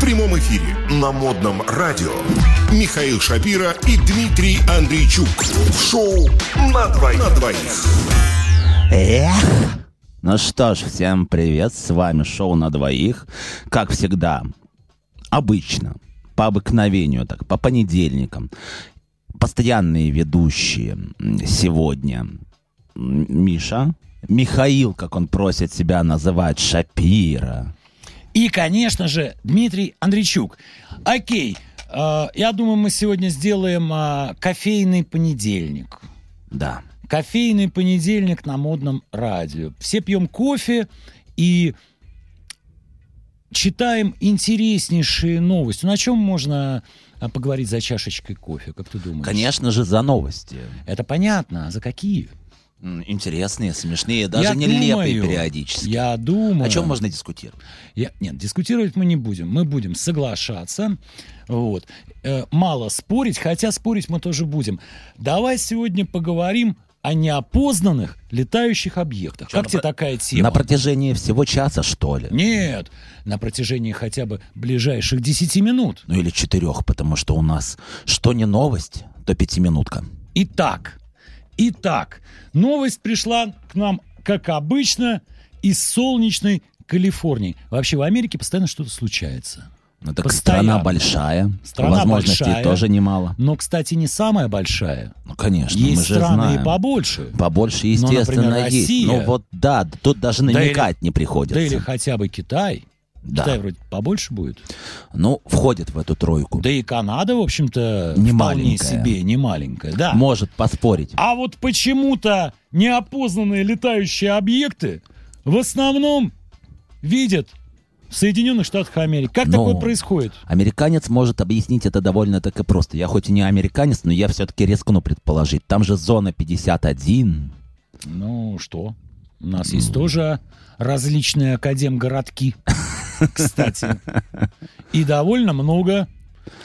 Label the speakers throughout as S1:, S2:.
S1: прямом эфире на модном радио Михаил Шапира и Дмитрий Андрейчук. В шоу на двоих. На двоих.
S2: Эх. Ну что ж, всем привет, с вами шоу на двоих. Как всегда, обычно, по обыкновению, так, по понедельникам. Постоянные ведущие сегодня Миша, Михаил, как он просит себя называть, Шапира.
S3: И, конечно же, Дмитрий Андрейчук. Окей, э, я думаю, мы сегодня сделаем э, кофейный понедельник.
S2: Да.
S3: Кофейный понедельник на модном радио. Все пьем кофе и читаем интереснейшие новости. На чем можно э, поговорить за чашечкой кофе, как ты думаешь?
S2: Конечно же, за новости.
S3: Это понятно, а за какие?
S2: М, Интересные, смешные, даже
S3: Я
S2: нелепые
S3: думаю,
S2: периодически.
S3: Я думаю.
S2: О чем можно дискутировать?
S3: Я- нет, дискутировать мы не будем. Мы будем соглашаться. Вот. Э, мало спорить, хотя спорить мы тоже будем. Давай сегодня поговорим о неопознанных летающих объектах.
S2: Чё,
S3: как
S2: на
S3: тебе
S2: про-
S3: такая тема?
S2: На протяжении всего часа, что ли?
S3: Нет, на протяжении хотя бы ближайших 10 минут.
S2: Ну или четырех, потому что у нас что не новость, то пятиминутка.
S3: Итак, итак, новость пришла к нам, как обычно, из солнечной Калифорнии. Вообще в Америке постоянно что-то случается.
S2: Ну так
S3: Постоянно.
S2: страна большая,
S3: Страна
S2: возможностей
S3: большая.
S2: тоже немало.
S3: Но, кстати, не самая большая.
S2: Ну конечно, мы
S3: Есть
S2: же
S3: страны
S2: знаем.
S3: и побольше.
S2: Побольше,
S3: Ну, например,
S2: естественно, есть.
S3: Россия.
S2: Ну вот да, тут даже
S3: Да
S2: намекать не приходится.
S3: Да или хотя бы Китай.
S2: Да.
S3: Китай вроде побольше будет.
S2: Ну, входит в эту тройку.
S3: Да и Канада, в общем-то,
S2: Не
S3: вполне
S2: маленькая.
S3: себе не маленькая. Да.
S2: Может поспорить.
S3: А вот почему-то неопознанные летающие объекты в основном видят в Соединенных Штатах Америки. Как
S2: Но-
S3: такое происходит?
S2: Американец может объяснить это довольно так и просто. Я хоть и не американец, но я все-таки рискну предположить. Там же зона 51.
S3: Ну что? У нас есть тоже различные академгородки, кстати. И довольно много.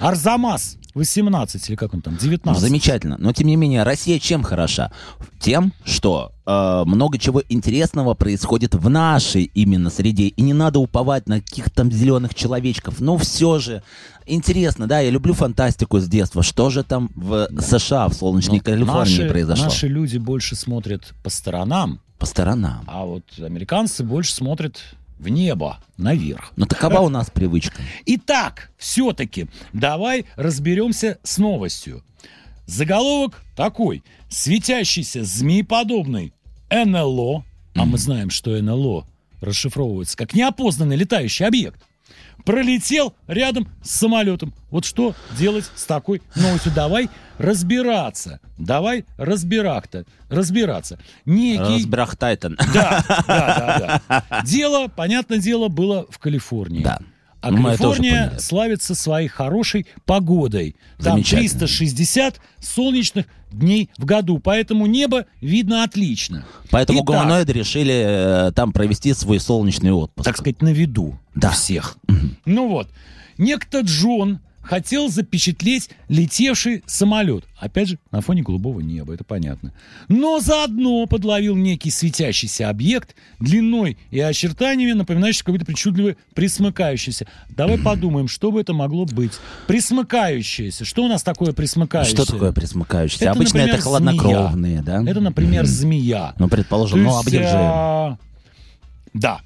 S3: Арзамас 18, или как он там,
S2: Ну,
S3: 19.
S2: замечательно. Но тем не менее, Россия чем хороша? Тем, что э, много чего интересного происходит в нашей именно среде. И не надо уповать на каких-то там зеленых человечков. Но все же интересно, да, я люблю фантастику с детства. Что же там в США, в солнечной
S3: Ну,
S2: Калифорнии
S3: наши-
S2: произошло?
S3: Наши люди больше смотрят по сторонам,
S2: По сторонам.
S3: а вот американцы больше смотрят в небо, наверх.
S2: Ну такова у нас привычка.
S3: Итак, все-таки давай разберемся с новостью. Заголовок такой. Светящийся змееподобный НЛО, а мы знаем, что НЛО расшифровывается как неопознанный летающий объект, пролетел рядом с самолетом. Вот что делать с такой новостью? Давай разбираться. Давай разбиракта, разбираться. Некий...
S2: Разбрахтайтен.
S3: Да, да, да, да. Дело, понятное дело, было в Калифорнии.
S2: Да.
S3: А
S2: Ну, Мы это уже
S3: Калифорния
S2: поняли.
S3: славится своей хорошей погодой. Там
S2: Замечательно.
S3: 360 солнечных дней в году, поэтому небо видно отлично.
S2: Поэтому
S3: Итак.
S2: гуманоиды решили э, там провести свой солнечный отпуск.
S3: Так сказать, на виду
S2: Да.
S3: у всех. Ну вот, некто Джон хотел запечатлеть летевший самолет. Опять же, на фоне голубого неба, это понятно. Но заодно подловил некий светящийся объект длиной и очертаниями, напоминающий какой-то причудливый присмыкающийся. Давай подумаем, что бы это могло быть. Присмыкающееся. Что у нас такое присмыкающееся?
S2: Что такое присмыкающийся?
S3: Это,
S2: Обычно
S3: например,
S2: это хладнокровные, да?
S3: Это, например, змея.
S2: Ну, предположим, ну,
S3: То есть,
S2: обдержи.
S3: а, Да.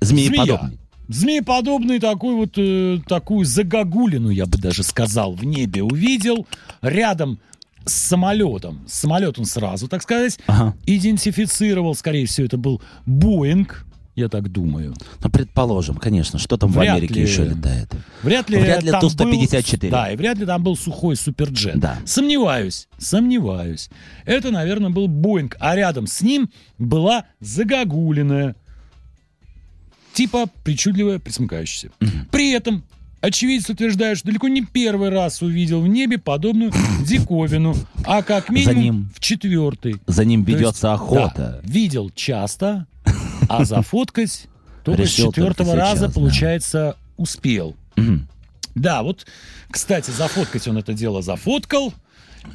S2: Змееподобный.
S3: Змееподобный такой вот, э, такую загогулину, я бы даже сказал, в небе увидел, рядом с самолетом. Самолет он сразу, так сказать,
S2: Ага.
S3: идентифицировал. Скорее всего, это был Боинг, я так думаю.
S2: Ну, предположим, конечно, что там
S3: Вряд
S2: в Америке
S3: ли.
S2: еще летает.
S3: Вряд ли,
S2: Вряд ли
S3: там
S2: Ту-154.
S3: был- да, и вряд ли там был сухой суперджет.
S2: Да.
S3: Сомневаюсь, сомневаюсь. Это, наверное, был Боинг, а рядом с ним была загогулиная, типа причудливая, присмыкающаяся. При этом очевидцы утверждают, что далеко не первый раз увидел в небе подобную диковину, а как минимум
S2: ним.
S3: в четвертый.
S2: За ним
S3: То есть,
S2: ведется охота.
S3: да, видел часто, а зафоткать только с
S2: Решил только
S3: четвертого
S2: сейчас,
S3: раза,
S2: да.
S3: получается, успел.
S2: Мгм.
S3: Да, вот, кстати, зафоткать он это дело зафоткал,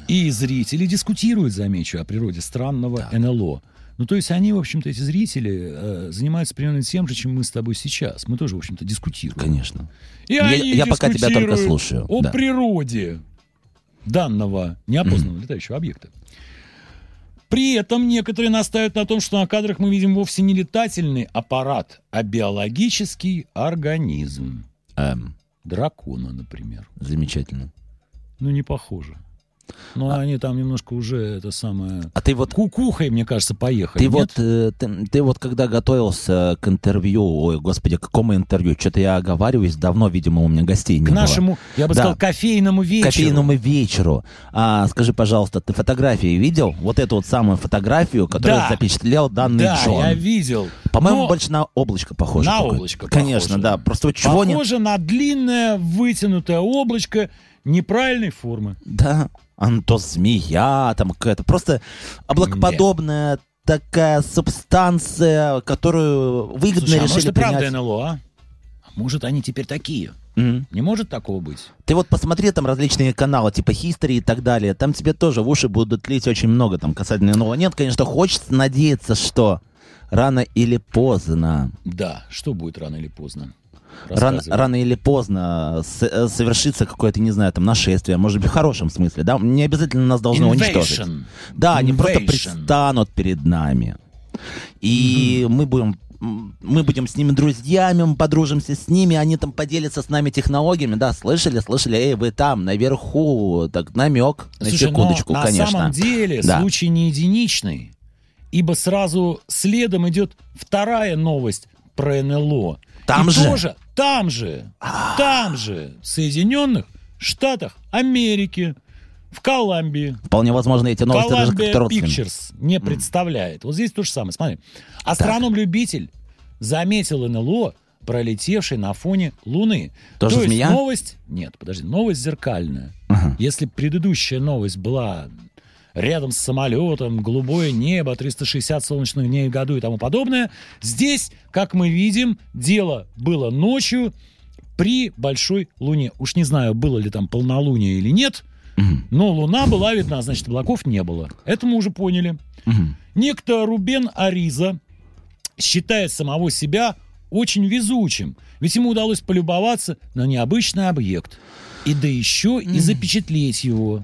S3: и зрители дискутируют, замечу, о природе странного НЛО. Ну, то есть они, в общем-то, эти зрители э, занимаются примерно тем же, чем мы с тобой сейчас. Мы тоже, в общем-то, дискутируем.
S2: Конечно.
S3: И
S2: Я-
S3: они
S2: я пока тебя только
S3: дискутируют
S2: слушаю,
S3: О
S2: да.
S3: природе данного неопознанного летающего объекта. При этом некоторые настаивают на том, что на кадрах мы видим вовсе не летательный аппарат, а биологический организм.
S2: Эм,
S3: Дракона, например.
S2: замечательно.
S3: Ну, не похоже. Но они там немножко уже это самое...
S2: А ты вот
S3: Кукухой, мне кажется,
S2: Ты
S3: поехали. нет?
S2: вот, э, ты, ты вот когда готовился к интервью, ой, господи, к какому интервью? Что-то я оговариваюсь, давно, видимо, у меня гостей не
S3: К
S2: было.
S3: нашему, я бы
S2: Да.
S3: сказал, кофейному вечеру.
S2: кофейному вечеру. А, скажи, пожалуйста, ты фотографии видел? Вот эту вот самую фотографию, которую
S3: Да.
S2: запечатлел данный
S3: Да,
S2: Джон.
S3: я видел.
S2: По-моему,
S3: Но-
S2: больше на облачко похоже.
S3: На
S2: какое-то.
S3: облачко
S2: Конечно,
S3: похоже.
S2: да. Просто вот чего не...
S3: Похоже на длинное вытянутое облачко неправильной формы.
S2: Да, оно то змея, там какая-то просто облакоподобная такая субстанция, которую выгодно
S3: Слушай, а может
S2: решили
S3: и правда ну.
S2: принять.
S3: НЛО, а? А Может, они теперь такие?
S2: Мгм.
S3: Не может такого быть?
S2: Ты вот посмотри там различные каналы, типа History и так далее. Там тебе тоже в уши будут лить очень много там касательно нового. Нет, конечно, хочется надеяться, что рано или поздно,
S3: Да, что будет рано или поздно?
S2: рано,
S3: Рассказывай.
S2: рано или поздно с- э, совершится какое-то, не знаю, там нашествие, может быть, в хорошем смысле, да? Не обязательно нас должно уничтожить.
S3: Invasion.
S2: Да, они просто
S3: Invasion.
S2: предстанут перед нами. И мы будем м, мы будем с ними друзьями, мы подружимся с ними, они там поделятся с нами технологиями, да, слышали, слышали, эй, вы там, наверху, так, намек, на
S3: Слушай, но
S2: секундочку,
S3: на
S2: конечно.
S3: самом деле
S2: Да.
S3: случай не единичный, ибо сразу следом идет вторая новость про НЛО.
S2: Там
S3: И
S2: же? А.
S3: Тоже, там же, там же, в Соединенных Штатах Америки, в Колумбии.
S2: Вполне возможно, эти новости даже
S3: Columbia
S2: как-то родственные.
S3: Pictures не представляет. Вот здесь то же самое. Смотри. Астроном-любитель заметил НЛО, пролетевший на фоне Луны.
S2: Тоже
S3: то есть ну,
S2: змея?
S3: новость... Нет, подожди. Новость зеркальная.
S2: Ага.
S3: Если предыдущая новость была рядом с самолетом, голубое небо, 360 солнечных дней в году и тому подобное, здесь, как мы видим, дело было ночью при большой луне. Уж не знаю, было ли там полнолуние или нет,
S2: Мгм.
S3: но луна была видна, а значит, облаков не было. Это мы уже поняли.
S2: Мгм.
S3: Некто Рубен Ариза считает самого себя очень везучим, ведь ему удалось полюбоваться на необычный объект. И да еще и запечатлеть его.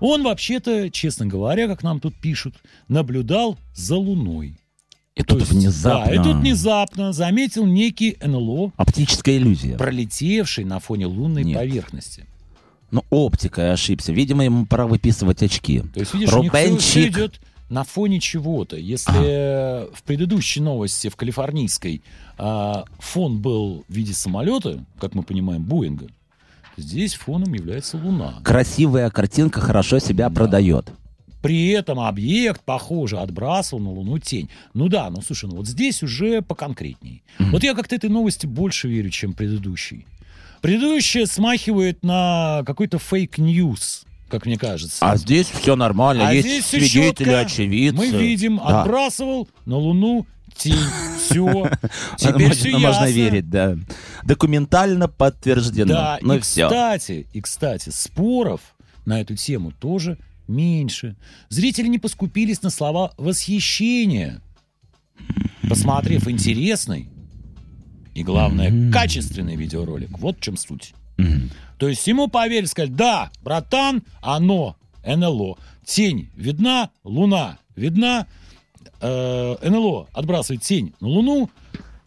S3: Он вообще-то, честно говоря, как нам тут пишут, наблюдал за Луной.
S2: И
S3: То
S2: тут
S3: есть,
S2: внезапно
S3: Да, и тут внезапно заметил некий НЛО,
S2: оптическая иллюзия.
S3: пролетевший на фоне лунной
S2: Нет.
S3: поверхности.
S2: Ну, оптика, я ошибся. Видимо, ему пора выписывать очки.
S3: То есть, видишь, у них всё- всё
S2: Рубенчик.
S3: идет на фоне чего-то. Если
S2: А.
S3: э, в предыдущей новости, в калифорнийской, а, фон был в виде самолета, как мы понимаем, Боинга, здесь фоном является Луна.
S2: Красивая картинка хорошо себя
S3: Да.
S2: продает.
S3: При этом объект, похоже, отбрасывал на Луну тень. Ну да, ну слушай, ну вот здесь уже поконкретней. Вот я как-то этой новости больше верю, чем предыдущей. Предыдущая смахивает на какой-то фейк-ньюс, как мне кажется.
S2: А здесь все нормально,
S3: А
S2: есть
S3: здесь всё
S2: свидетели,
S3: чётко.
S2: очевидцы.
S3: Мы видим,
S2: Да.
S3: отбрасывал на Луну тень. Все. Теперь
S2: можно,
S3: все
S2: можно
S3: ясно.
S2: верить, да. Документально подтверждено.
S3: Да,
S2: ну
S3: и,
S2: все.
S3: кстати, и, кстати, споров на эту тему тоже меньше. Зрители не поскупились на слова восхищения, посмотрев интересный и, главное, качественный видеоролик. Вот в чем суть. То есть ему поверили, сказали, да, братан, оно, НЛО. Тень видна, луна видна, э, НЛО отбрасывает тень на луну,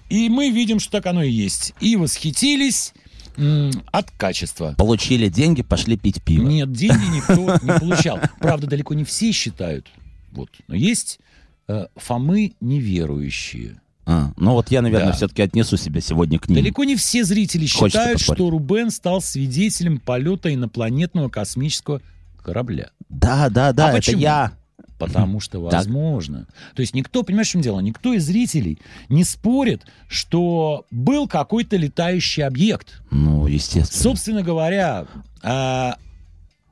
S3: и мы видим, что так оно и есть. И восхитились м, от качества.
S2: Получили деньги, пошли пить пиво.
S3: Нет, деньги никто не получал. Правда, далеко не все считают. Вот. Но есть э, Фомы неверующие.
S2: А, ну вот я, наверное,
S3: Да.
S2: все-таки отнесу себя сегодня к ним.
S3: Далеко не все зрители
S2: Хочется
S3: считают, что
S2: поспорить.
S3: Рубен стал свидетелем полета инопланетного космического корабля.
S2: Да, да, да,
S3: А
S2: это
S3: почему?
S2: я.
S3: Потому что
S2: Так.
S3: возможно. То есть никто, понимаешь, в чем дело? Никто из зрителей не спорит, что был какой-то летающий объект.
S2: Ну, естественно.
S3: Собственно говоря, а,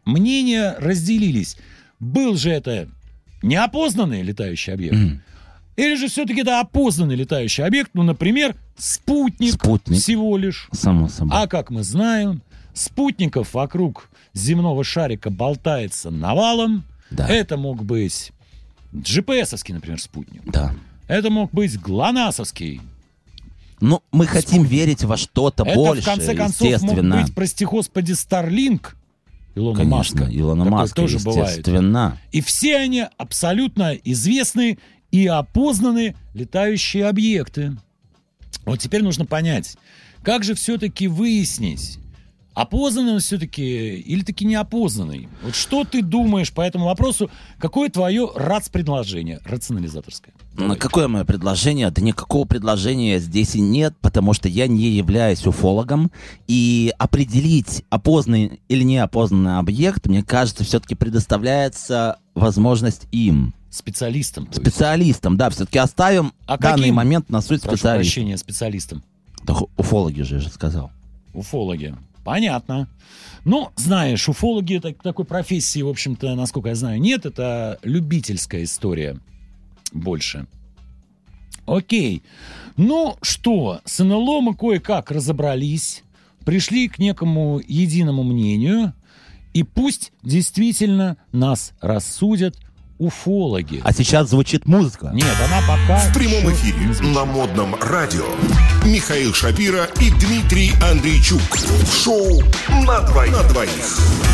S3: мнения разделились. Был же это неопознанный летающий объект?
S2: Мгм.
S3: Или же все-таки это опознанный летающий объект? Ну, например, спутник,
S2: Спутник.
S3: всего лишь.
S2: Само собой.
S3: А как мы знаем, спутников вокруг земного шарика болтается навалом.
S2: да.
S3: Это мог быть GPS-овский, например, спутник.
S2: Да.
S3: Это мог быть ГЛОНАССовский.
S2: Ну, мы хотим верить во что-то
S3: Это,
S2: больше,
S3: в конце концов, мог
S2: естественно.
S3: быть, прости господи, Старлинг Илона
S2: Конечно,
S3: Маска.
S2: Илона
S3: Такое
S2: Маска,
S3: тоже бывает.
S2: естественно.
S3: И все они абсолютно известны и опознаны летающие объекты. Вот теперь нужно понять, как же все-таки выяснить, опознанный он все-таки или таки неопознанный. Вот что ты думаешь по этому вопросу? Какое твое РАЦ-предложение, рационализаторское?
S2: Ну, какое мое предложение? Да никакого предложения здесь и нет, потому что я не являюсь уфологом. И определить, опознанный или неопознанный объект, мне кажется, все-таки предоставляется возможность им,
S3: Специалистом. то есть.
S2: специалистам. Да, все-таки оставим
S3: А
S2: данный
S3: каким?
S2: момент на суть
S3: Прошу
S2: специалистов.
S3: прощения, специалистом.
S2: Да ху- Уфологи же, я же сказал.
S3: Уфологи. Понятно. Ну, знаешь, уфологи так- такой профессии, в общем-то, насколько я знаю, нет. Это любительская история больше. Окей. Ну что, с НЛО мы кое-как разобрались, пришли к некому единому мнению, и пусть действительно нас рассудят уфологи.
S2: А сейчас звучит музыка.
S3: Нет, она пока...
S1: В прямом
S3: ещё
S1: эфире
S3: не звучит.
S1: на модном радио Михаил Шапира и Дмитрий Андрейчук. В шоу на двоих. На двоих.